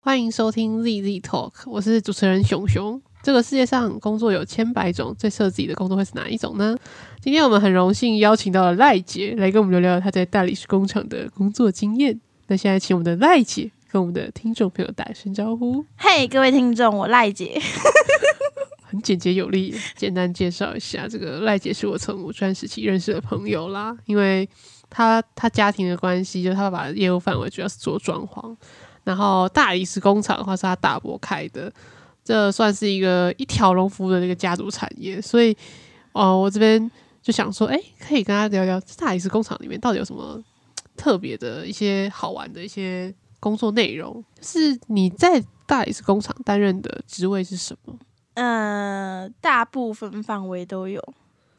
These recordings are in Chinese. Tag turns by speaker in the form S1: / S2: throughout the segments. S1: 欢迎收听 ZZ Talk，我是主持人熊熊。这个世界上工作有千百种，最适合自己的工作会是哪一种呢？今天我们很荣幸邀请到了赖姐来跟我们聊聊她在大理石工厂的工作经验。那现在请我们的赖姐跟我们的听众朋友打一声招呼，
S2: 嘿各位听众，我赖姐。
S1: 很简洁有力。简单介绍一下，这个赖姐是我从五专时期认识的朋友啦，因为她她家庭的关系，就是她爸爸的业务范围主要是做装潢，然后大理石工厂的话是她大伯开的，这算是一个一条龙服务的这个家族产业，所以哦，我这边就想说，哎，可以跟她聊聊大理石工厂里面到底有什么特别的一些好玩的一些工作内容，就是你在大理石工厂担任的职位是什么？
S2: 呃，大部分范围都有，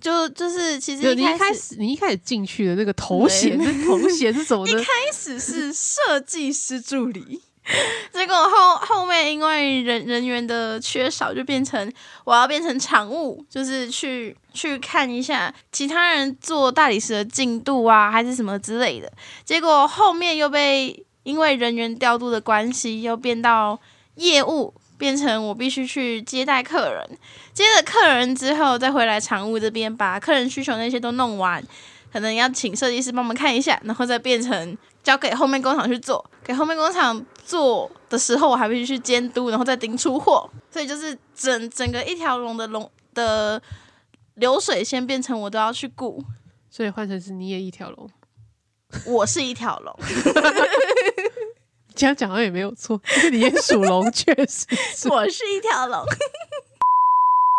S2: 就就是其
S1: 就
S2: 实
S1: 你
S2: 一
S1: 一
S2: 开
S1: 开
S2: 始
S1: 始你一开始进去的那个头衔，
S2: 对
S1: 那头衔是什 么
S2: 一
S1: 呢？
S2: 开始是设计师助理， 结果后后面因为人人员的缺少，就变成我要变成常务，就是去去看一下其他人做大理石的进度啊，还是什么之类的。结果后面又被因为人员调度的关系，又变到业务。变成我必须去接待客人，接了客人之后再回来常务这边把客人需求那些都弄完，可能要请设计师帮忙看一下，然后再变成交给后面工厂去做。给后面工厂做的时候，我还必须去监督，然后再盯出货。所以就是整整个一条龙的龙的流水线变成我都要去顾，
S1: 所以换成是你也一条龙，
S2: 我是一条龙，
S1: 这样讲好像也没有错，因为你也属龙，确实是。
S2: 我 是一条龙。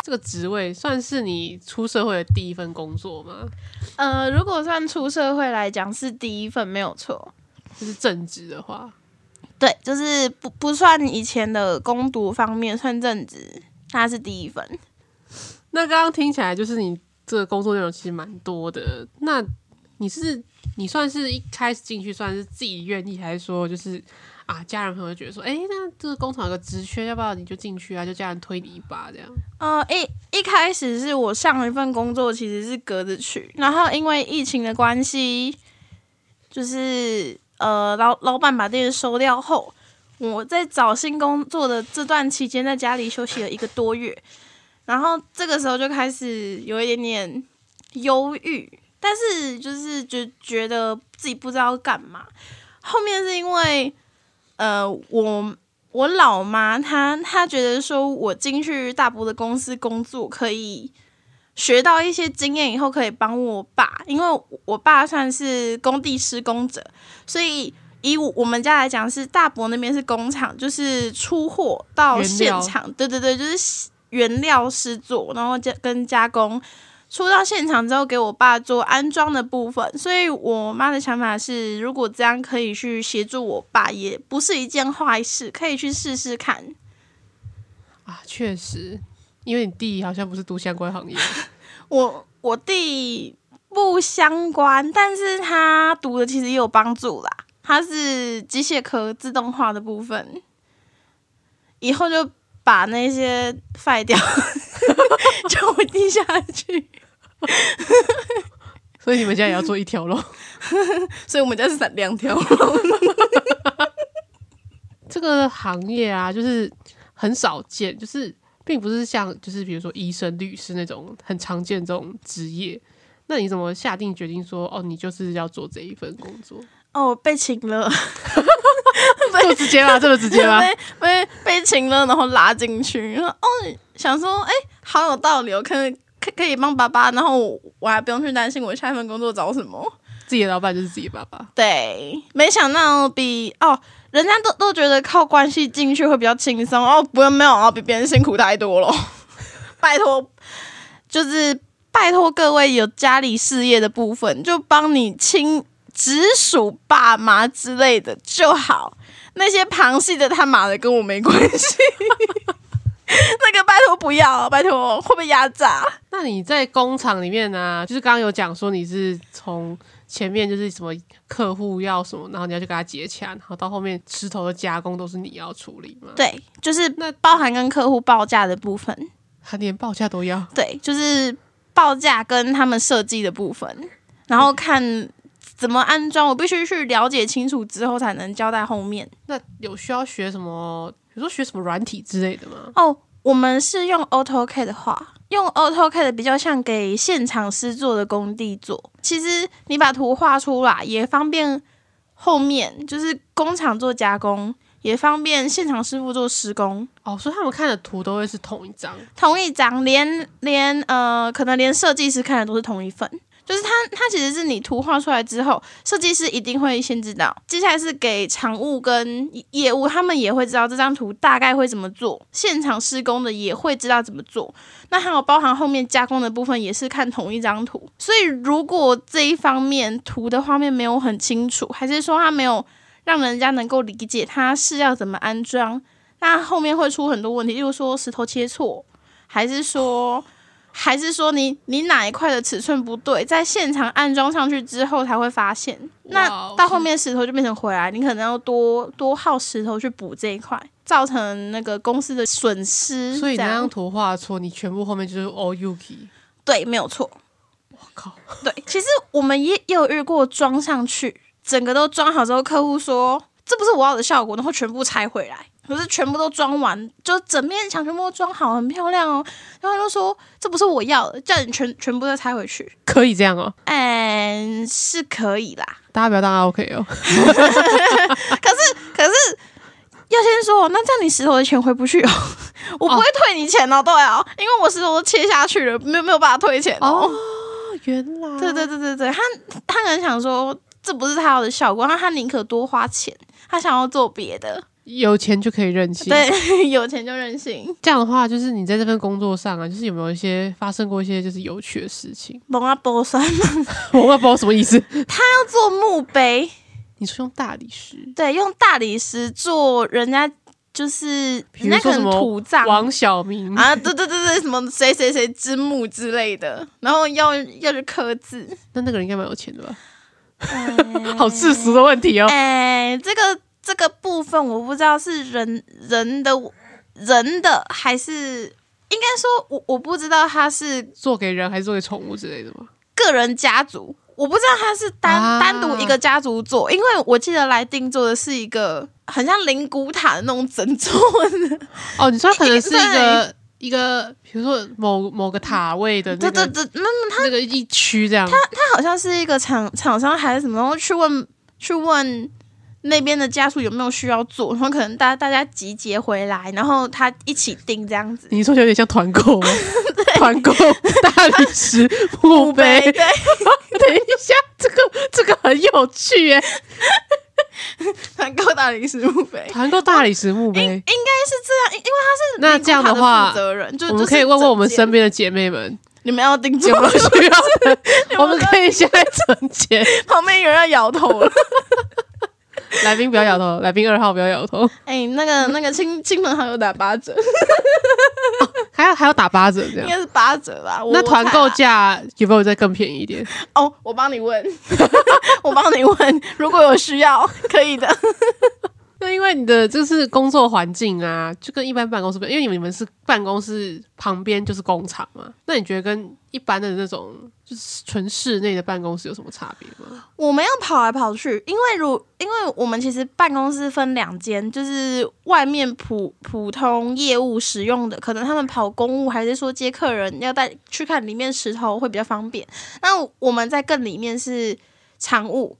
S1: 这个职位算是你出社会的第一份工作吗？
S2: 呃，如果算出社会来讲，是第一份没有错。
S1: 就是正职的话，
S2: 对，就是不不算以前的攻读方面，算正职，它是第一份。
S1: 那刚刚听起来就是你这个工作内容其实蛮多的。那你是你算是一开始进去算是自己愿意，还是说就是啊家人朋友觉得说，哎、那这个工厂有个职缺，要不要你就进去啊？就家人推你一把这样。
S2: 呃，一一开始是我上一份工作其实是隔着去，然后因为疫情的关系，就是呃老老板把店收掉后，我在找新工作的这段期间在家里休息了一个多月，然后这个时候就开始有一点点忧郁，但是就是觉觉得自己不知道要干嘛。后面是因为呃我我老妈她她觉得说我进去大伯的公司工作可以学到一些经验，以后可以帮我爸，因为我爸算是工地施工者，所以以我我们家来讲是大伯那边是工厂，就是出货到
S1: 原料
S2: 现场，对对对，就是原料师做，然后加跟加工。出到现场之后，给我爸做安装的部分，所以我妈的想法是，如果这样可以去协助我爸，也不是一件坏事，可以去试试看。
S1: 啊，确实，因为你弟好像不是读相关行业，
S2: 我我弟不相关，但是他读的其实也有帮助啦。他是机械科自动化的部分，以后就把那些废掉， 就会定下去。
S1: 所以你们家也要做一条龙。
S2: 所以我们家是三两条龙。
S1: 这个行业啊，就是很少见，就是并不是像就是比如说医生、律师那种很常见这种职业。那你怎么下定决定说哦，你就是要做这一份工作？
S2: 哦，被请了，
S1: 这么直接吗？这么直接吗？
S2: 被啊被被请了，然后拉进去。然后哦，想说，哎、好有道理哦，可以可可以帮爸爸，然后我我还不用去担心我下一份工作找什么。
S1: 自己的老板就是自己爸爸，
S2: 对，没想到比哦，人家都都觉得靠关系进去会比较轻松哦，不用没有啊，比别人辛苦太多了。 拜托，就是拜托各位有家里事业的部分，就帮你亲直属爸妈之类的就好。那些旁系的他妈的跟我没关系， 那个拜托不要啊，拜托会被压榨。
S1: 那你在工厂里面呢、啊就是刚刚有讲说你是从前面就是什么客户要什么，然后你要去跟他接洽，然后到后面石头的加工都是你要处理嘛？
S2: 对，就是
S1: 那
S2: 包含跟客户报价的部分。
S1: 他连报价都要。
S2: 对，就是报价跟他们设计的部分，然后看怎么安装，我必须去了解清楚之后才能交代后面。
S1: 那有需要学什么？比如说学什么软体之类的吗？
S2: 哦，我们是用 AutoCAD 的话，用 AutoCAD 比较像给现场师做的工地做。其实你把图画出来，也方便后面就是工厂做加工，也方便现场师傅做施工。
S1: 哦，所以他们看的图都会是同一张，
S2: 同一张，连连呃，可能连设计师看的都是同一份。就是它，它其实是你图画出来之后，设计师一定会先知道。接下来是给场务跟业务，他们也会知道这张图大概会怎么做。现场施工的也会知道怎么做。那还有包含后面加工的部分，也是看同一张图。所以如果这一方面图的画面没有很清楚，还是说它啊没有让人家能够理解它是要怎么安装，那后面会出很多问题，例如说石头切错，还是说。还是说你你哪一块的尺寸不对，在现场安装上去之后才会发现。那
S1: 哇
S2: 到后面石头就变成回来，你可能要多多耗石头去补这一块，造成那个公司的损失。
S1: 所以你
S2: 这
S1: 那张
S2: 样
S1: 图画错，你全部后面就是 all Yuki。
S2: 对，没有错。
S1: 我靠，
S2: 对，其实我们也也有遇过装上去，整个都装好之后，客户说这不是我要的效果，然后全部拆回来，可是全部都装完，就整面墙全部都装好，很漂亮哦。然后他就说这不是我要的，叫你全全部都拆回去。
S1: 可以这样哦，
S2: 嗯，是可以啦，
S1: 大家不要当 OK 哦。
S2: 可是要先说，那这样你石头的钱回不去哦， 我不会退你钱哦，对哦，因为我石头都切下去了，没有没有办法退钱哦
S1: 哦，原来
S2: 对对对对对，他他可能想说，这不是他要的效果，那他宁可多花钱，他想要做别的。
S1: 有钱就可以任性。，
S2: 对，有钱就任性。
S1: 这样的话，就是你在这份工作上啊，就是有没有一些发生过一些就是有趣的事情？
S2: 蒙阿波酸要
S1: 我也不知道什么意思。
S2: 做墓碑，
S1: 你说用大理石，
S2: 对，用大理石做人家就是
S1: 比如
S2: 人家
S1: 说
S2: 可
S1: 什
S2: 能
S1: 么
S2: 土葬
S1: 王小明，
S2: 啊，对对对对，什么谁谁谁之墓之类的，然后要要去刻字。
S1: 那那个人应该蛮有钱的吧？
S2: 哎
S1: 好世俗的问题哦。
S2: 哎、这个这个部分我不知道是人人的人的还是应该说我我不知道他是
S1: 做给人还是做给宠物之类的吗？
S2: 个人家族，我不知道他是单、
S1: 啊
S2: 单独一个家族做，因为我记得来定做的是一个很像灵骨塔的那种整座 的，
S1: 哦，你说可能是一
S2: 对
S1: 个一个，比如说某某个塔位的那
S2: 对对
S1: 个
S2: 对，那
S1: 那个一区这样。
S2: 他好像是一个厂厂商还是什么，然后去问去问那边的家属有没有需要做，然后可能大大家集结回来，然后他一起定这样子。
S1: 你说有点像团购 吗？团购大理石墓碑。
S2: 对，
S1: 等一下，这个这个很有趣耶！
S2: 团购大零食墓碑。
S1: 团购大理石墓
S2: 应应该
S1: 碑
S2: 是。这样，因因为
S1: 那这样
S2: 他是
S1: 话
S2: 负，责人，就
S1: 我们可以问问我们，身
S2: 就是整
S1: 边的姐妹们
S2: 间你们要定做
S1: 有没有需要的
S2: 有没有
S1: 我们可以下一层姐。
S2: 旁边有人要摇头了。
S1: 来宾不要摇头，来宾二号不要摇头，
S2: 哎、那个那个 亲亲朋好友打八折，
S1: 还要还要打八折这样。
S2: 应该是八折吧？ 我
S1: 那团购
S2: 我猜
S1: 价有没有再更便宜一点？
S2: 啊哦，我帮你问， 我帮你问，如果有需要，可以的。
S1: 那因为你的就是工作环境啊，就跟一般办公室不一样，因为你们是办公室旁边就是工厂嘛。那你觉得跟一般的那种就是纯室内的办公室有什么差别吗？
S2: 我们要跑来跑去，因为如因为我们其实办公室分两间，就是外面普普通业务使用的，可能他们跑公务还是说接客人要带去看里面石头会比较方便。那我们在更里面是常务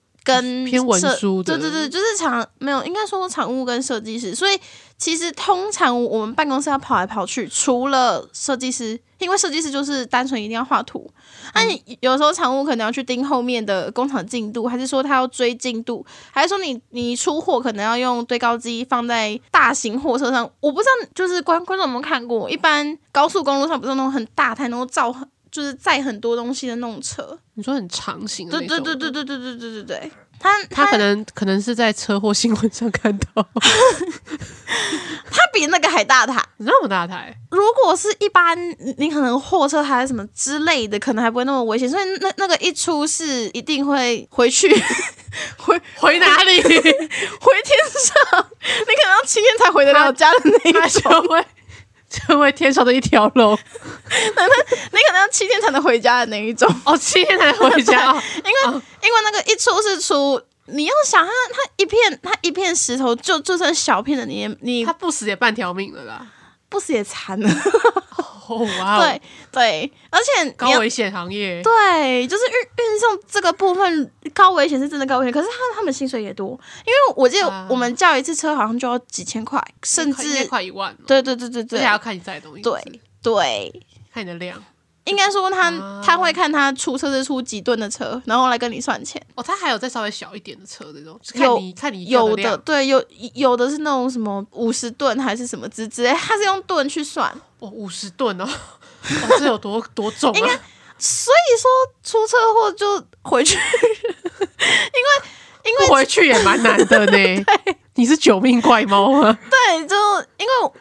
S1: 嗯
S2: 跟
S1: 偏文
S2: 设
S1: 书的
S2: 对对对，就是常没有应该说常务跟设计师，所以其实通常我们办公室要跑来跑去，除了设计师，因为设计师就是单纯一定要画图，那、
S1: 嗯
S2: 你有时候常务可能要去盯后面的工厂进度，还是说他要追进度，还是说你你出货可能要用堆高机放在大型货车上？我不知道，就是观观众有没有看过，一般高速公路上不是那种很大台，能够造很就是载很多东西的那种车？
S1: 你说很长型的嗯
S2: 对
S1: 那种嗯
S2: 对
S1: 吗，
S2: 对对对对对对对对，它
S1: 他
S2: 它
S1: 可能可能是在车祸新闻上看到，
S2: 它比那个还大台。
S1: 那么大台，
S2: 如果是一般，你可能货车还是什么之类的，可能还不会那么危险。所以那那个一出事，一定会回 去回
S1: 回哪里？ 哎
S2: 回天上，你可能要七天才回得了家的 那
S1: 他
S2: 一
S1: 就
S2: 种。
S1: 会成为天上的一条龙。
S2: 你可能要七天才能回家的那一 种，
S1: 哦，七天才回家，哦
S2: 因为那个一出是出，你要想它它一片它一片石头，就就算小片的你也你
S1: 他不死也半条命了啦。
S2: 不死也残了，
S1: 哦哇哦，
S2: 对对，而且你
S1: 高
S2: 要
S1: 危险行业，
S2: 对，就是运运送这个部分高危险是真的高危险，可是他他们薪水也多，因为我记
S1: 啊
S2: 得我们叫一次车好像就要几千块，甚
S1: 应该
S2: 至
S1: 快一万了，
S2: 对对对对
S1: 这
S2: 对
S1: 还要看你载的东西，
S2: 对，对，
S1: 看你的量。
S2: 应该说他、
S1: 啊
S2: 他会看他出车是出几吨的车，然后来跟你算钱。
S1: 哦，他还有再稍微小一点的车这种，看
S2: 有
S1: 你看你要
S2: 有
S1: 量
S2: 的对有有的是那种什么五十吨还是什么之之类，他是用吨去算。
S1: 哦，五十吨哦，哦这有多多重
S2: 应
S1: 啊？
S2: 所以说出车祸就回去， 因为因为
S1: 不回去也蛮难的呢。你是九命怪猫 吗？
S2: 对，就因为我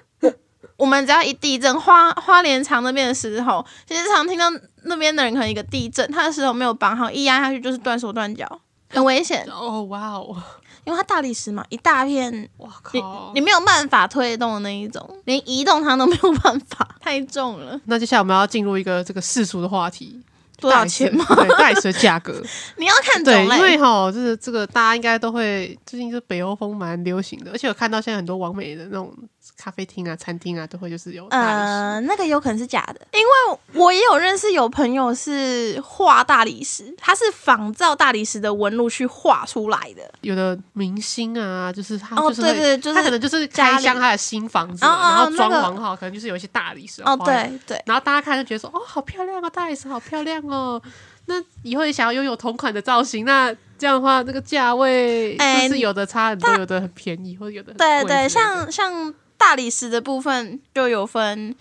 S2: 我们只要一地震，花花莲长那边的石头，其实常听到那边的人可能一个地震，他的石头没有绑好，一压下去就是断手断脚，很危险，
S1: 哦哇哦，
S2: 因为它大理石嘛，一大片。
S1: 哇
S2: 你
S1: 靠
S2: 你！没有办法推动的那一 种，连移动它都没有办法，太重了。
S1: 那接下来我们要进入一个这个世俗的话题，
S2: 多少钱吗？
S1: 吗？对，大理石的价格。
S2: 你要看种
S1: 对，因为
S2: 类，
S1: 哈，就是这个大家应该都会，最近是北欧风蛮流行的，而且我看到现在很多网美的那种咖啡厅啊、餐厅啊，都会就是有大理石。
S2: 呃，那个有可能是假的，因为我也有认识有朋友是画大理石，他是仿照大理石的纹路去画出来的。
S1: 有的明星啊，就是他
S2: 哦
S1: 就是会、
S2: 对对就是
S1: 他可能就是开箱他的新房子嘛，
S2: 家里
S1: 然
S2: 哦哦
S1: 后装
S2: 那个
S1: 潢好，可能就是有一些大理石
S2: 哦，
S1: 花园
S2: 对对，
S1: 然后大家看就觉得说，哦，好漂亮哦，大理石好漂亮哦。那以后也想要拥有同款的造型，那这样的话，那个价位
S2: 哎
S1: 就是有的差很多，有的很便宜，或者有的很贵
S2: 对
S1: 之类
S2: 对，
S1: 的
S2: 像像大理石的部分就有分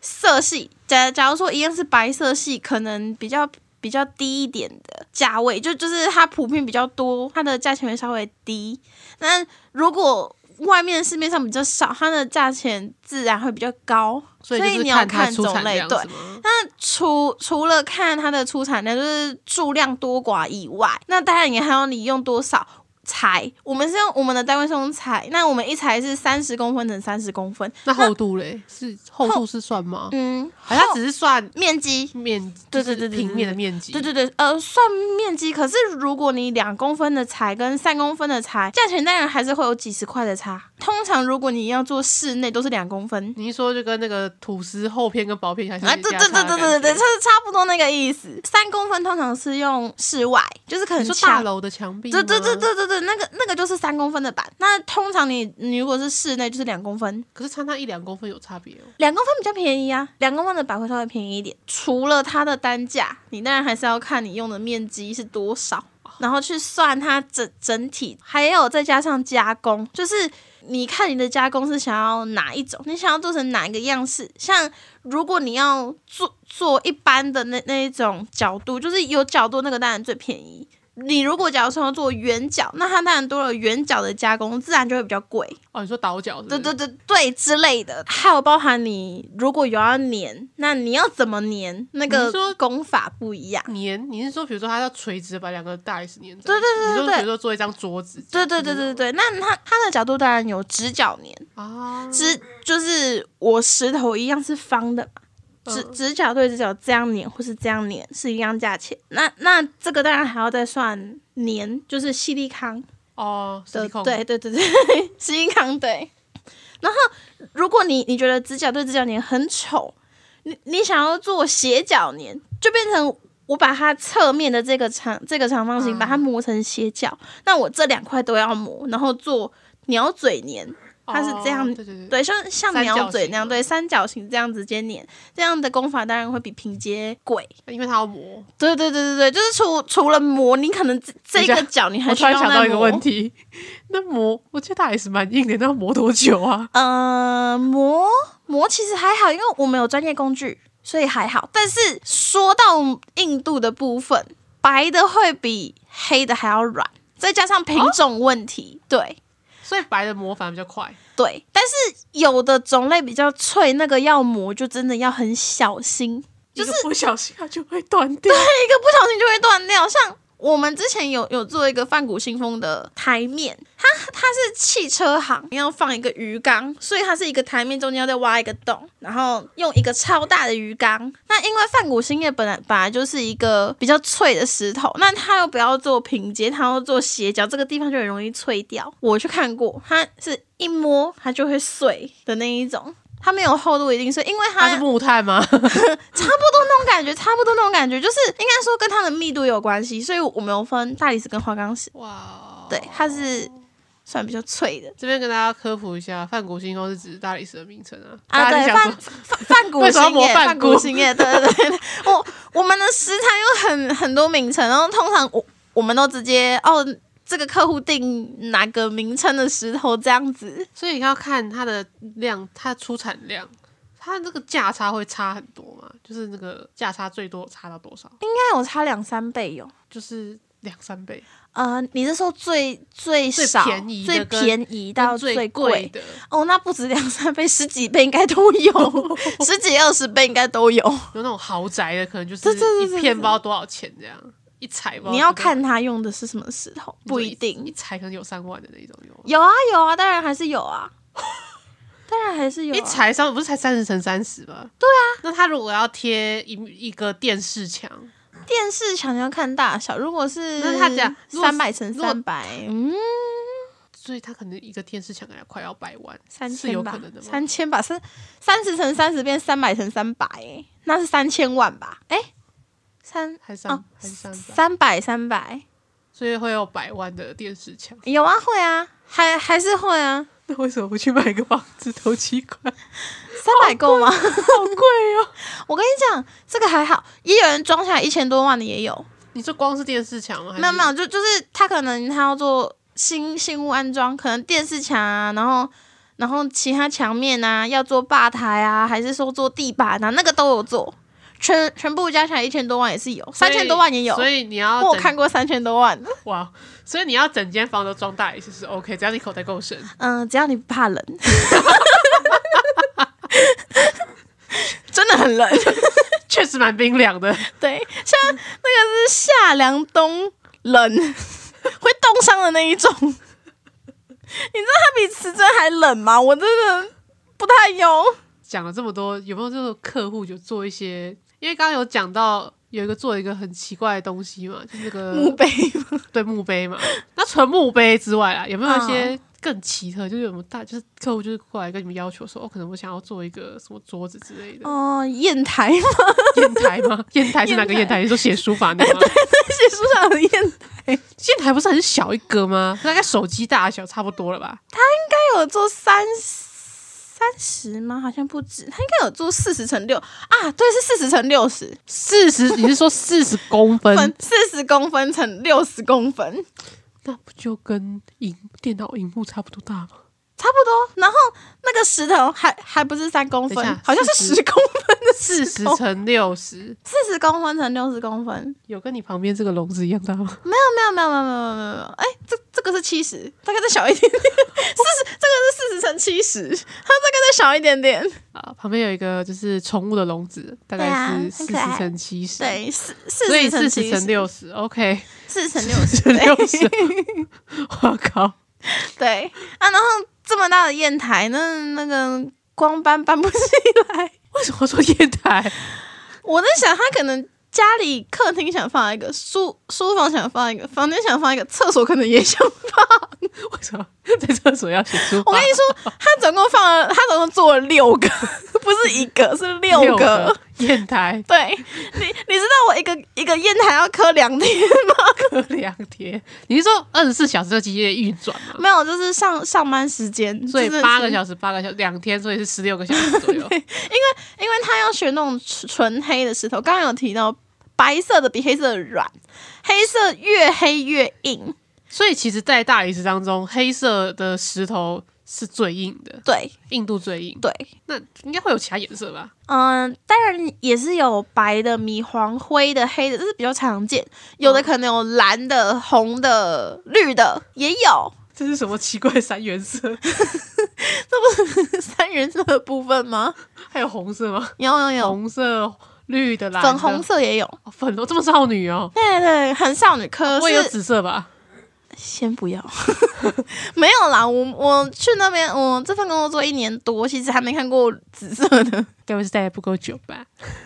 S2: 色系，假假如说一样是白色系，可能比较比较低一点的价位，就就是它普遍比较多，它的价钱会稍微低。那如果外面市面上比较少，它的价钱自然会比较高，
S1: 所
S2: 所以
S1: 就是
S2: 你要
S1: 看它
S2: 看
S1: 出
S2: 种
S1: 产
S2: 类
S1: 量
S2: 对
S1: 是吗
S2: 除除了看它的出产量，就是数量多寡以外，那当然也还有你用多少裁。我们是用我们的单位是用裁，那我们一裁是三十公分乘三十公分，
S1: 那厚度嘞是厚度是算吗？
S2: 嗯，
S1: 好像只是算
S2: 面积。
S1: 面，
S2: 对
S1: 就是
S2: 对对对对
S1: 平面的面积。
S2: 对对对，呃，算面积。可是如果你两公分的裁跟三公分的裁，价钱当然还是会有几十块的差。通常如果你要做室内，都是两 公分。
S1: 你一说就跟那个吐司厚片跟薄片还是
S2: 啊，对对对对对对，差差不多那个意思。三公分通常是用室外，就是可能
S1: 你说
S2: 墙
S1: 大楼的墙壁，
S2: 对对对。对对对，那个那个就是三公分的板。那通常你你如果是室内就是两公分，
S1: 可是差那一两公分有差别哦。
S2: 两公分比较便宜啊，两公分的板会稍微便宜一点。除了它的单价，你当然还是要看你用的面积是多少，然后去算它整整体，还有再加上加工，就是你看你的加工是想要哪一种，你想要做成哪一个样式。像如果你要做做一般的那那一种角度，就是有角度那个当然最便宜。你如果假如说要做圆角，那它当然多了圆角的加工，自然就会比较贵。
S1: 哦，你说倒角是不
S2: 对
S1: 是？
S2: 对对对之类的，还有包含你如果有要粘，那你要怎么粘？那
S1: 你
S2: 个
S1: 说
S2: 功法不一样。
S1: 粘，你是说比如说它要垂直地把两个大 S 粘在一起？
S2: 对对对
S1: 你
S2: 对
S1: 说
S2: 对
S1: 比如说做一张桌子这
S2: 对
S1: 样，
S2: 对对对对，那它它的角度当然有直角粘，
S1: 啊，
S2: 直就是我石头一样是方的嘛，直
S1: 嗯
S2: 直角对直角这样粘或是这样粘是一样价钱。那那这个当然还要再算粘，就是细粒康。
S1: 哦，
S2: 的，
S1: 失控
S2: 对对对对， 石英康对。然后，如果你你觉得直角对直角粘很丑，你你想要做斜角粘，就变成我把它侧面的这个长这个长方形
S1: 嗯
S2: 把它磨成斜角，那我这两块都要磨，然后做鸟嘴粘，它是这样
S1: 哦对对对，
S2: 对，像像
S1: 三角
S2: 鸟嘴那样，
S1: 形的
S2: 对，三角形这样直接粘，这样的功法当然会比平接贵。
S1: 因为它要 磨。
S2: 对对对对对，就是除除了磨，你可能这
S1: 等一
S2: 这
S1: 下
S2: 个角你还
S1: 我
S2: 需
S1: 突然
S2: 要
S1: 想
S2: 再
S1: 到一个
S2: 磨
S1: 问题， 那磨，我觉得大 S 蛮硬的，那要磨多久啊？
S2: 呃，磨磨其实还好，因为我们有专业工具，所以还好。但是说到硬度的部分，白的会比黑的还要软，再加上品种问题，哦对
S1: 所以白的磨反而比较快。
S2: 对。但是有的种类比较脆，那个要磨就真的要很小心，就是
S1: 一个不小心它就会断掉。
S2: 一个不小心就会断掉。像我们之前有有做一个泛谷新风的台面，它它是汽车行要放一个鱼缸，所以它是一个台面中间要再挖一个洞，然后用一个超大的鱼缸。那因为泛谷新叶本来本来就是一个比较脆的石头，那它又不要做平接，它要做斜角，这个地方就很容易脆掉。我去看过，它是一摸它就会碎的那一种。它没有厚度一定碎，因为
S1: 它是木炭吗？
S2: 差不多那种感觉，差不多那种感觉，就是应该说跟它的密度有关系，所以我们有分大理石跟花岗石。
S1: 哇，哦
S2: 对，它是算比较脆的。
S1: 这边跟大家科普一下，泛谷星空是指大理石的名称啊。
S2: 啊，
S1: 大家
S2: 对，
S1: 想
S2: 泛
S1: 说
S2: 泛泛古
S1: 为什么要
S2: 型
S1: 磨
S2: 耶，
S1: 饭
S2: 泛
S1: 骨
S2: 古型耶，对对对。 对我我们的食材有很很多名称，然后通常我我们都直接哦，这个客户定哪个名称的石头这样子。
S1: 所以你要看它的量，它的出产量，它那个价差会差很多嘛？就是那个价差最多差到多少？
S2: 应该有差两三倍
S1: 哦
S2: 有。
S1: 就是两三倍，
S2: 呃，你是说最最
S1: 最
S2: 少
S1: 便宜的
S2: 最
S1: 跟
S2: 便宜到
S1: 跟最
S2: 贵
S1: 的。
S2: 哦，那不止两三倍，十几倍应该都 有，十几二十倍应该都有。
S1: 有那种豪宅的，可能就是
S2: 对对对对
S1: 一片不知道多少钱这样，一踩包。
S2: 你要看他用的是什么石头，不一
S1: 一
S2: 定。
S1: 踩可能有三万的那种有吗。
S2: 有啊有啊，当然还是 有啊，当然还是有、啊。
S1: 一踩上不是才三十乘三十吗？对啊，那他如果要贴一一个电视墙，
S2: 电视墙要看大小，如果是
S1: 那它这样如果
S2: 三百乘
S1: 如果
S2: 三百，嗯，
S1: 所以他可能一个电视墙要快要百万，
S2: 三
S1: 是有
S2: 千吧
S1: 可能的，吗？
S2: 三千吧，三三十乘三十变三百乘三百，那是三千万吧？哎、三
S1: 还是三、
S2: 哦
S1: 还是三百，
S2: 三百三百，
S1: 所以会有百万的电视 墙。
S2: 有啊会啊，还还是会啊，
S1: 那为什么不去买个房子投七块？
S2: 三百够吗？好贵哦！ 我跟你讲，这个还好，也有人装下来一千多万的也有，
S1: 你说光是电视墙吗？还是
S2: 没有没有，就就是他可能他要做新新屋安装，可能电视墙啊，然后然后其他墙面啊，要做吧台啊，还是说做地板啊，那个都有做，全全部加起来一千多万也是有，
S1: 所以
S2: 三千多万也有。
S1: 所以你要
S2: 我有
S1: 整
S2: 看过三千多万的，
S1: 哇，所以你要整间房都装大理石是 OK，只要你口袋够深。
S2: 嗯、只要你不怕冷， 真的很冷。
S1: 确实蛮冰凉的，
S2: 对，像那个是夏凉冬冷， 会冻伤的那一种。 你知道它比瓷砖还冷吗？我真的不太有。
S1: 讲了这么多，有没有这个客户有做一些？因为刚刚有讲到有一个做一个很奇怪的东西嘛，就是那 个
S2: 墓碑
S1: 对墓碑嘛。 那除了墓碑之外啊，有没有一
S2: 嗯
S1: 些更奇特？就是有没有大，就是客户就是过来跟你们要求说，哦，可能我想要做一个什么桌子之类的，
S2: 哦，砚台吗？
S1: 砚台 吗？砚台是哪个砚
S2: 砚
S1: 台？你说写书法那个 吗？
S2: 写书上的砚台
S1: 砚台不是很小一个吗？大概手机大小差不多了吧？
S2: 有做三三十吗？好像不止，它应该有做四十乘六啊，对，是四十乘六十
S1: 四十，你是说四十公分？
S2: 分，四十公分乘六十公分。
S1: 那不就跟荧电脑荧幕差不多大吗？
S2: 差不多，然后那个石头还还不是三公
S1: 等一
S2: 分
S1: 下，
S2: 好像是
S1: 40
S2: 十公分的
S1: 四
S2: 石
S1: 十
S2: 头，
S1: 乘六十，
S2: 四十公分乘六十公分，
S1: 有跟你旁边这个笼子一样大 吗？
S2: 没有没有没有没有没有没有，哎、这这个是七十，大概再小一点点，四十这个是四十乘七十，它大概再小一点点，
S1: 啊，旁边有一个就是宠物的笼子，大
S2: 对
S1: 概
S2: 啊
S1: 是四
S2: 很
S1: 十
S2: 可爱
S1: 乘七十，，
S2: 对，四
S1: 所以
S2: 四
S1: 四十
S2: 十乘七
S1: 乘
S2: 十，
S1: 六十，OK，
S2: 四十乘六
S1: 四
S2: 十，
S1: 十六
S2: 对
S1: 十，我靠，
S2: 对啊，然后这么大的砚台，那那个光搬搬不起来，
S1: 为什么说砚台？
S2: 我在想他可能。家里客厅想放一个，书书房想放一个，房间想放一个，厕所可能也想
S1: 为什么在厕所要写书法？
S2: 我跟你说，他总共放了，他总共做了六个，不是一个，是六个。
S1: 六 个砚台
S2: 对你，你知道我一个一个砚台要刻两天吗？
S1: 隔两天，你是说二十四小时这机械运转吗？
S2: 没有，就是上上班时间，
S1: 所以
S2: 嗯就是
S1: 八个小时，八个小时，两天，所以是十六个小时左 右。
S2: 因为他要选那种纯纯黑的石头，刚刚有提到，白色的比黑色的软，黑色越黑越硬。
S1: 所以其实，在大理石当中，黑色的石头是最硬的，
S2: 对
S1: 硬度最硬。
S2: 对，
S1: 那应该会有其他颜色吧？
S2: 嗯，当然也是有白的、米黄、灰的、黑的，这是比较常见。有
S1: 嗯
S2: 的可能有蓝的、红的、绿的，也有。
S1: 这是什么奇怪的三原色？
S2: 三原色的部分吗？
S1: 还有红色吗？
S2: 有有有，
S1: 红色、绿的、蓝的、
S2: 粉红色也有，
S1: 哦、粉红这么少女哦，
S2: 对对，很少女科。
S1: 我也有
S2: 是
S1: 紫色吧？
S2: 先不要， 没有啦，我我去那边，我这份工作做一年多，其实还没看过紫色的。
S1: 该不是待不够久吧？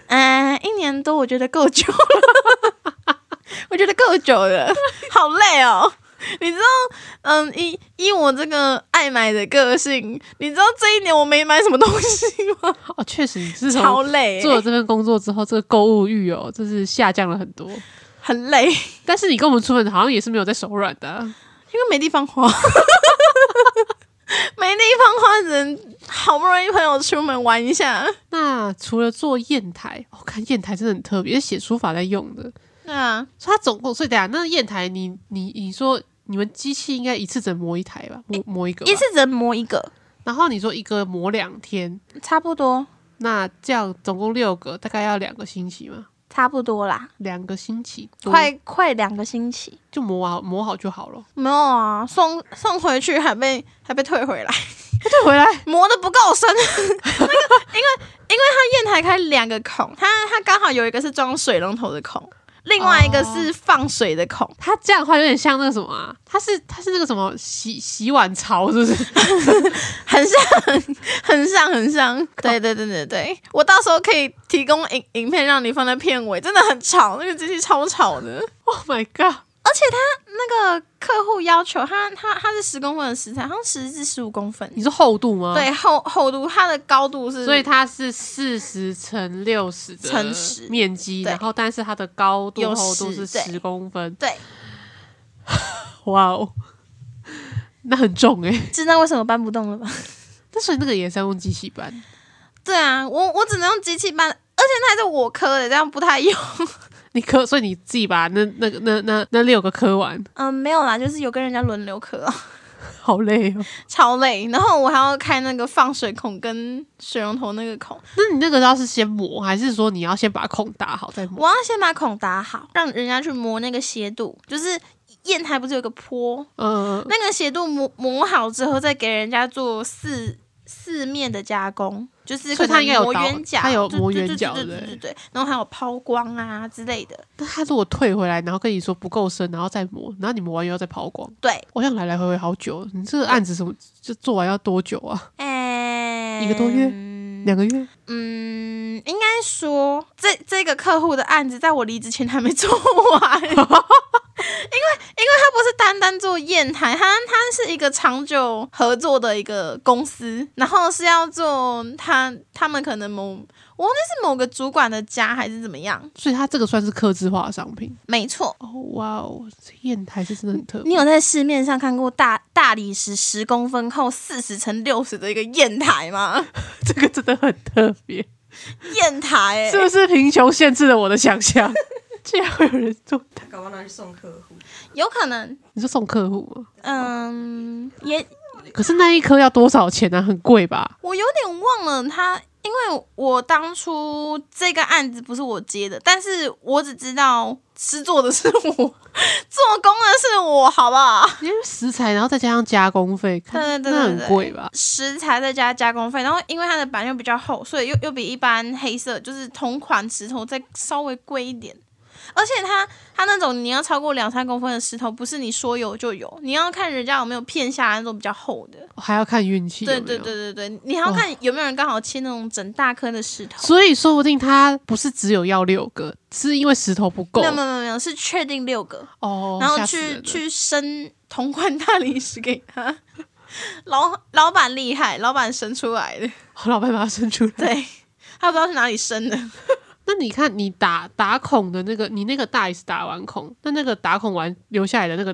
S2: 嗯，一年多我觉得够久了， 我觉得够久了，好累哦。你知道，嗯，依依我这个爱买的个性，你知道这一年我没买什么东西吗？
S1: 哦，确实，你自从
S2: 超累、
S1: 做了这份工作之后，这个购物欲哦，真是下降了很多。
S2: 很累，因
S1: 但是你跟我们出门好像也是没有在手软的啊、
S2: 为没地方花， 没地方花，只能好不容易朋友出门玩一下。
S1: 那除了做砚台，我、哦看砚台真的很特别，是写书法在用的。
S2: 对啊，
S1: 所以它总共，所以等一下那砚台你，你你说你们机器应该一次只能磨一台吧？磨磨一个吧，
S2: 一次只能磨一个，
S1: 然后你说一个磨两天，
S2: 差不多，
S1: 那这样总共六个，大概要两个星期嘛？
S2: 差不多啦，
S1: 两个星期多
S2: 快快两个星期。
S1: 就磨好磨好就好了。
S2: 没有啊，送送回去还被还被退回来，
S1: 退回来，
S2: 磨的不够深。 那个，因为因为它砚台开两个孔，它它刚好有一个是装水龙头的孔，另外一个是放水的孔。
S1: 它这样的话有点像那个什么啊？它是它是那个什么洗洗碗槽是不 是？
S2: 很像，很像，很 像。对对对对对，我到时候可以提供影影片让你放在片尾，真的很吵，那个机器超吵的。
S1: ？Oh my god！
S2: 那个客户要求他他他是十公分的食材，好像十至十五公分。
S1: 你说厚度吗？，
S2: 对厚厚度，它的高度是，
S1: 所以它是四十乘六十的
S2: 乘10
S1: 面积，
S2: 对
S1: 然后但是它的高度
S2: 有
S1: 厚度是
S2: 10对
S1: 十公分，
S2: 对，
S1: 哇哦， 那很重哎、
S2: 知道为什么搬不动了吧？
S1: 但是那个也是要用机器搬，
S2: 对啊，我我只能用机器搬，而且那还是我磕的，这样不太用。
S1: 你磕，所以你自己把那那个那那那六个磕完，
S2: 嗯，没有啦，就是有跟人家轮流磕，
S1: 好累哦。
S2: 超累。然后我还要开那个放水孔跟水龙头那个孔，
S1: 那你那个要是先磨，还是说你要先把孔打好再磨？
S2: 我要先把孔打好，让人家去磨那个斜度，就是。砚台不是有个坡，
S1: 嗯，
S2: 那个斜度磨磨好之后，再给人家做四四面的加工，就是
S1: 所以
S2: 可
S1: 它应该有
S2: 能磨
S1: 刀
S2: 圆角，
S1: 它有
S2: 对
S1: 磨
S2: 对
S1: 圆
S2: 对
S1: 角欸
S2: 对
S1: 对
S2: 对
S1: 不
S2: 对对，然后还有抛光啊之类的，
S1: 那他如果退回来，然后跟你说不够深，然后再磨，然后你磨完又要再抛光，
S2: 对，
S1: 我想来来回回好久。哦你这个案子什么就做完要多久啊？
S2: 哎、
S1: 一个多月两个月？
S2: 嗯，应该说这这个客户的案子，在我离职前还没做完，因为因为他不是单单做砚台，他他是一个长久合作的一个公司，然后是要做他他们可能某我忘记是某个主管的家还是怎么样，
S1: 所以它这个算是客制化的商品。
S2: 没错。
S1: 哦，哇哦，这砚台是真的很特
S2: 你
S1: 别。
S2: 有在市面上看过大大理石十公分厚四十乘六十的一个砚台吗？
S1: 这个真的很特别，
S2: 砚台、欸，
S1: 是不是贫穷限制了我的想象？ 竟然会有人做它？
S3: 搞不好拿去送客户。
S2: 有可能，
S1: 你是送客户吗？
S2: 嗯，也
S1: 可是那一颗要多少钱啊？很贵吧？
S2: 我有点忘了他，因为我当初这个案子不是我接的，但是我只知道吃做的是我，做工的是我，好 不好？
S1: 因为食材，然后再加上加工费，看
S2: 对对对
S1: 那
S2: 对
S1: 很
S2: 对
S1: 贵吧？
S2: 食材再加加工费，然后因为它的板又比较厚，所以又又比一般黑色就是同款石头再稍微贵一点。而且它它那种你要超过两三公分的石头，不是你说有就有，你要看人家有没有骗下来那种比较厚的。
S1: 还要看运气有没
S2: 对
S1: 有。
S2: 对对对对，你还要看有没有人刚好切那种整大颗的石头。
S1: 所以说不定它不是只有要六个，是因为石头不够
S2: 没有没有没有没有，是确定六个，
S1: 哦，
S2: 然后
S1: 吓死人了
S2: 去去生同款大理石给他。 老老板厉害，老板生出 来的，
S1: 我老板把它伸出来。
S2: 对，他不知道是哪里生的。
S1: 那你看你打打孔的那个，你那个大 S 打完孔，那那个打孔完留下来的那个，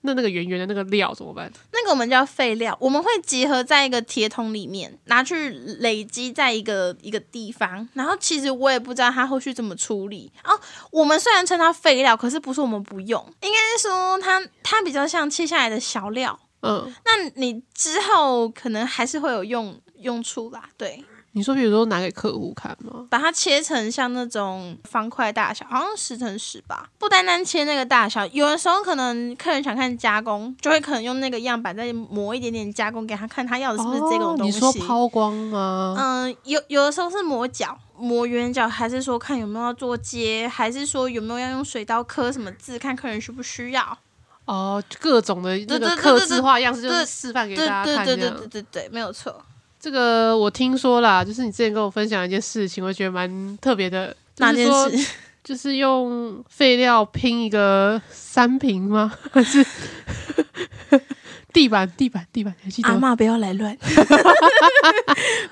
S1: 那那个圆圆的那个料怎么办？
S2: 那个我们叫废料，我们会集合在一个铁桶里面，拿去累积在一个一个地方。然后其实我也不知道它后续怎么处理哦。我们虽然称它废料，可是不是我们不用，应该说它它比较像切下来的小料。
S1: 嗯，
S2: 那你之后可能还是会有用用处啦，对。
S1: 你说比如说拿给客户看吗？
S2: 把它切成像那种方块大小，好像十乘十吧。不单单切那个大小，有的时候可能客人想看加工，就会可能用那个样板再磨一点点加工给他看，他要的是不是这种
S1: 哦、
S2: 东
S1: 你
S2: 西。
S1: 说抛光啊吗？
S2: 嗯，有有的时候是磨角，磨圆角，还是说看有没有要做接，还是说有没有要用水刀刻什么字，看客人需不需要。
S1: 哦，各种的那
S2: 对
S1: 个
S2: 对
S1: 刻
S2: 对
S1: 字化样式，就是
S2: 对
S1: 示范给
S2: 对
S1: 大家
S2: 对
S1: 看
S2: 对
S1: 这
S2: 对
S1: 样
S2: 对。对对，没有错。
S1: 这个我听说啦，就是你之前跟我分享一件事情，我觉得蛮特别的。
S2: 哪件？
S1: 就是说
S2: 事？
S1: 就是用废料拼一个三平吗？ 还是地板？地板？地板？你还记得
S2: 阿
S1: 吗？
S2: 妈不要来乱，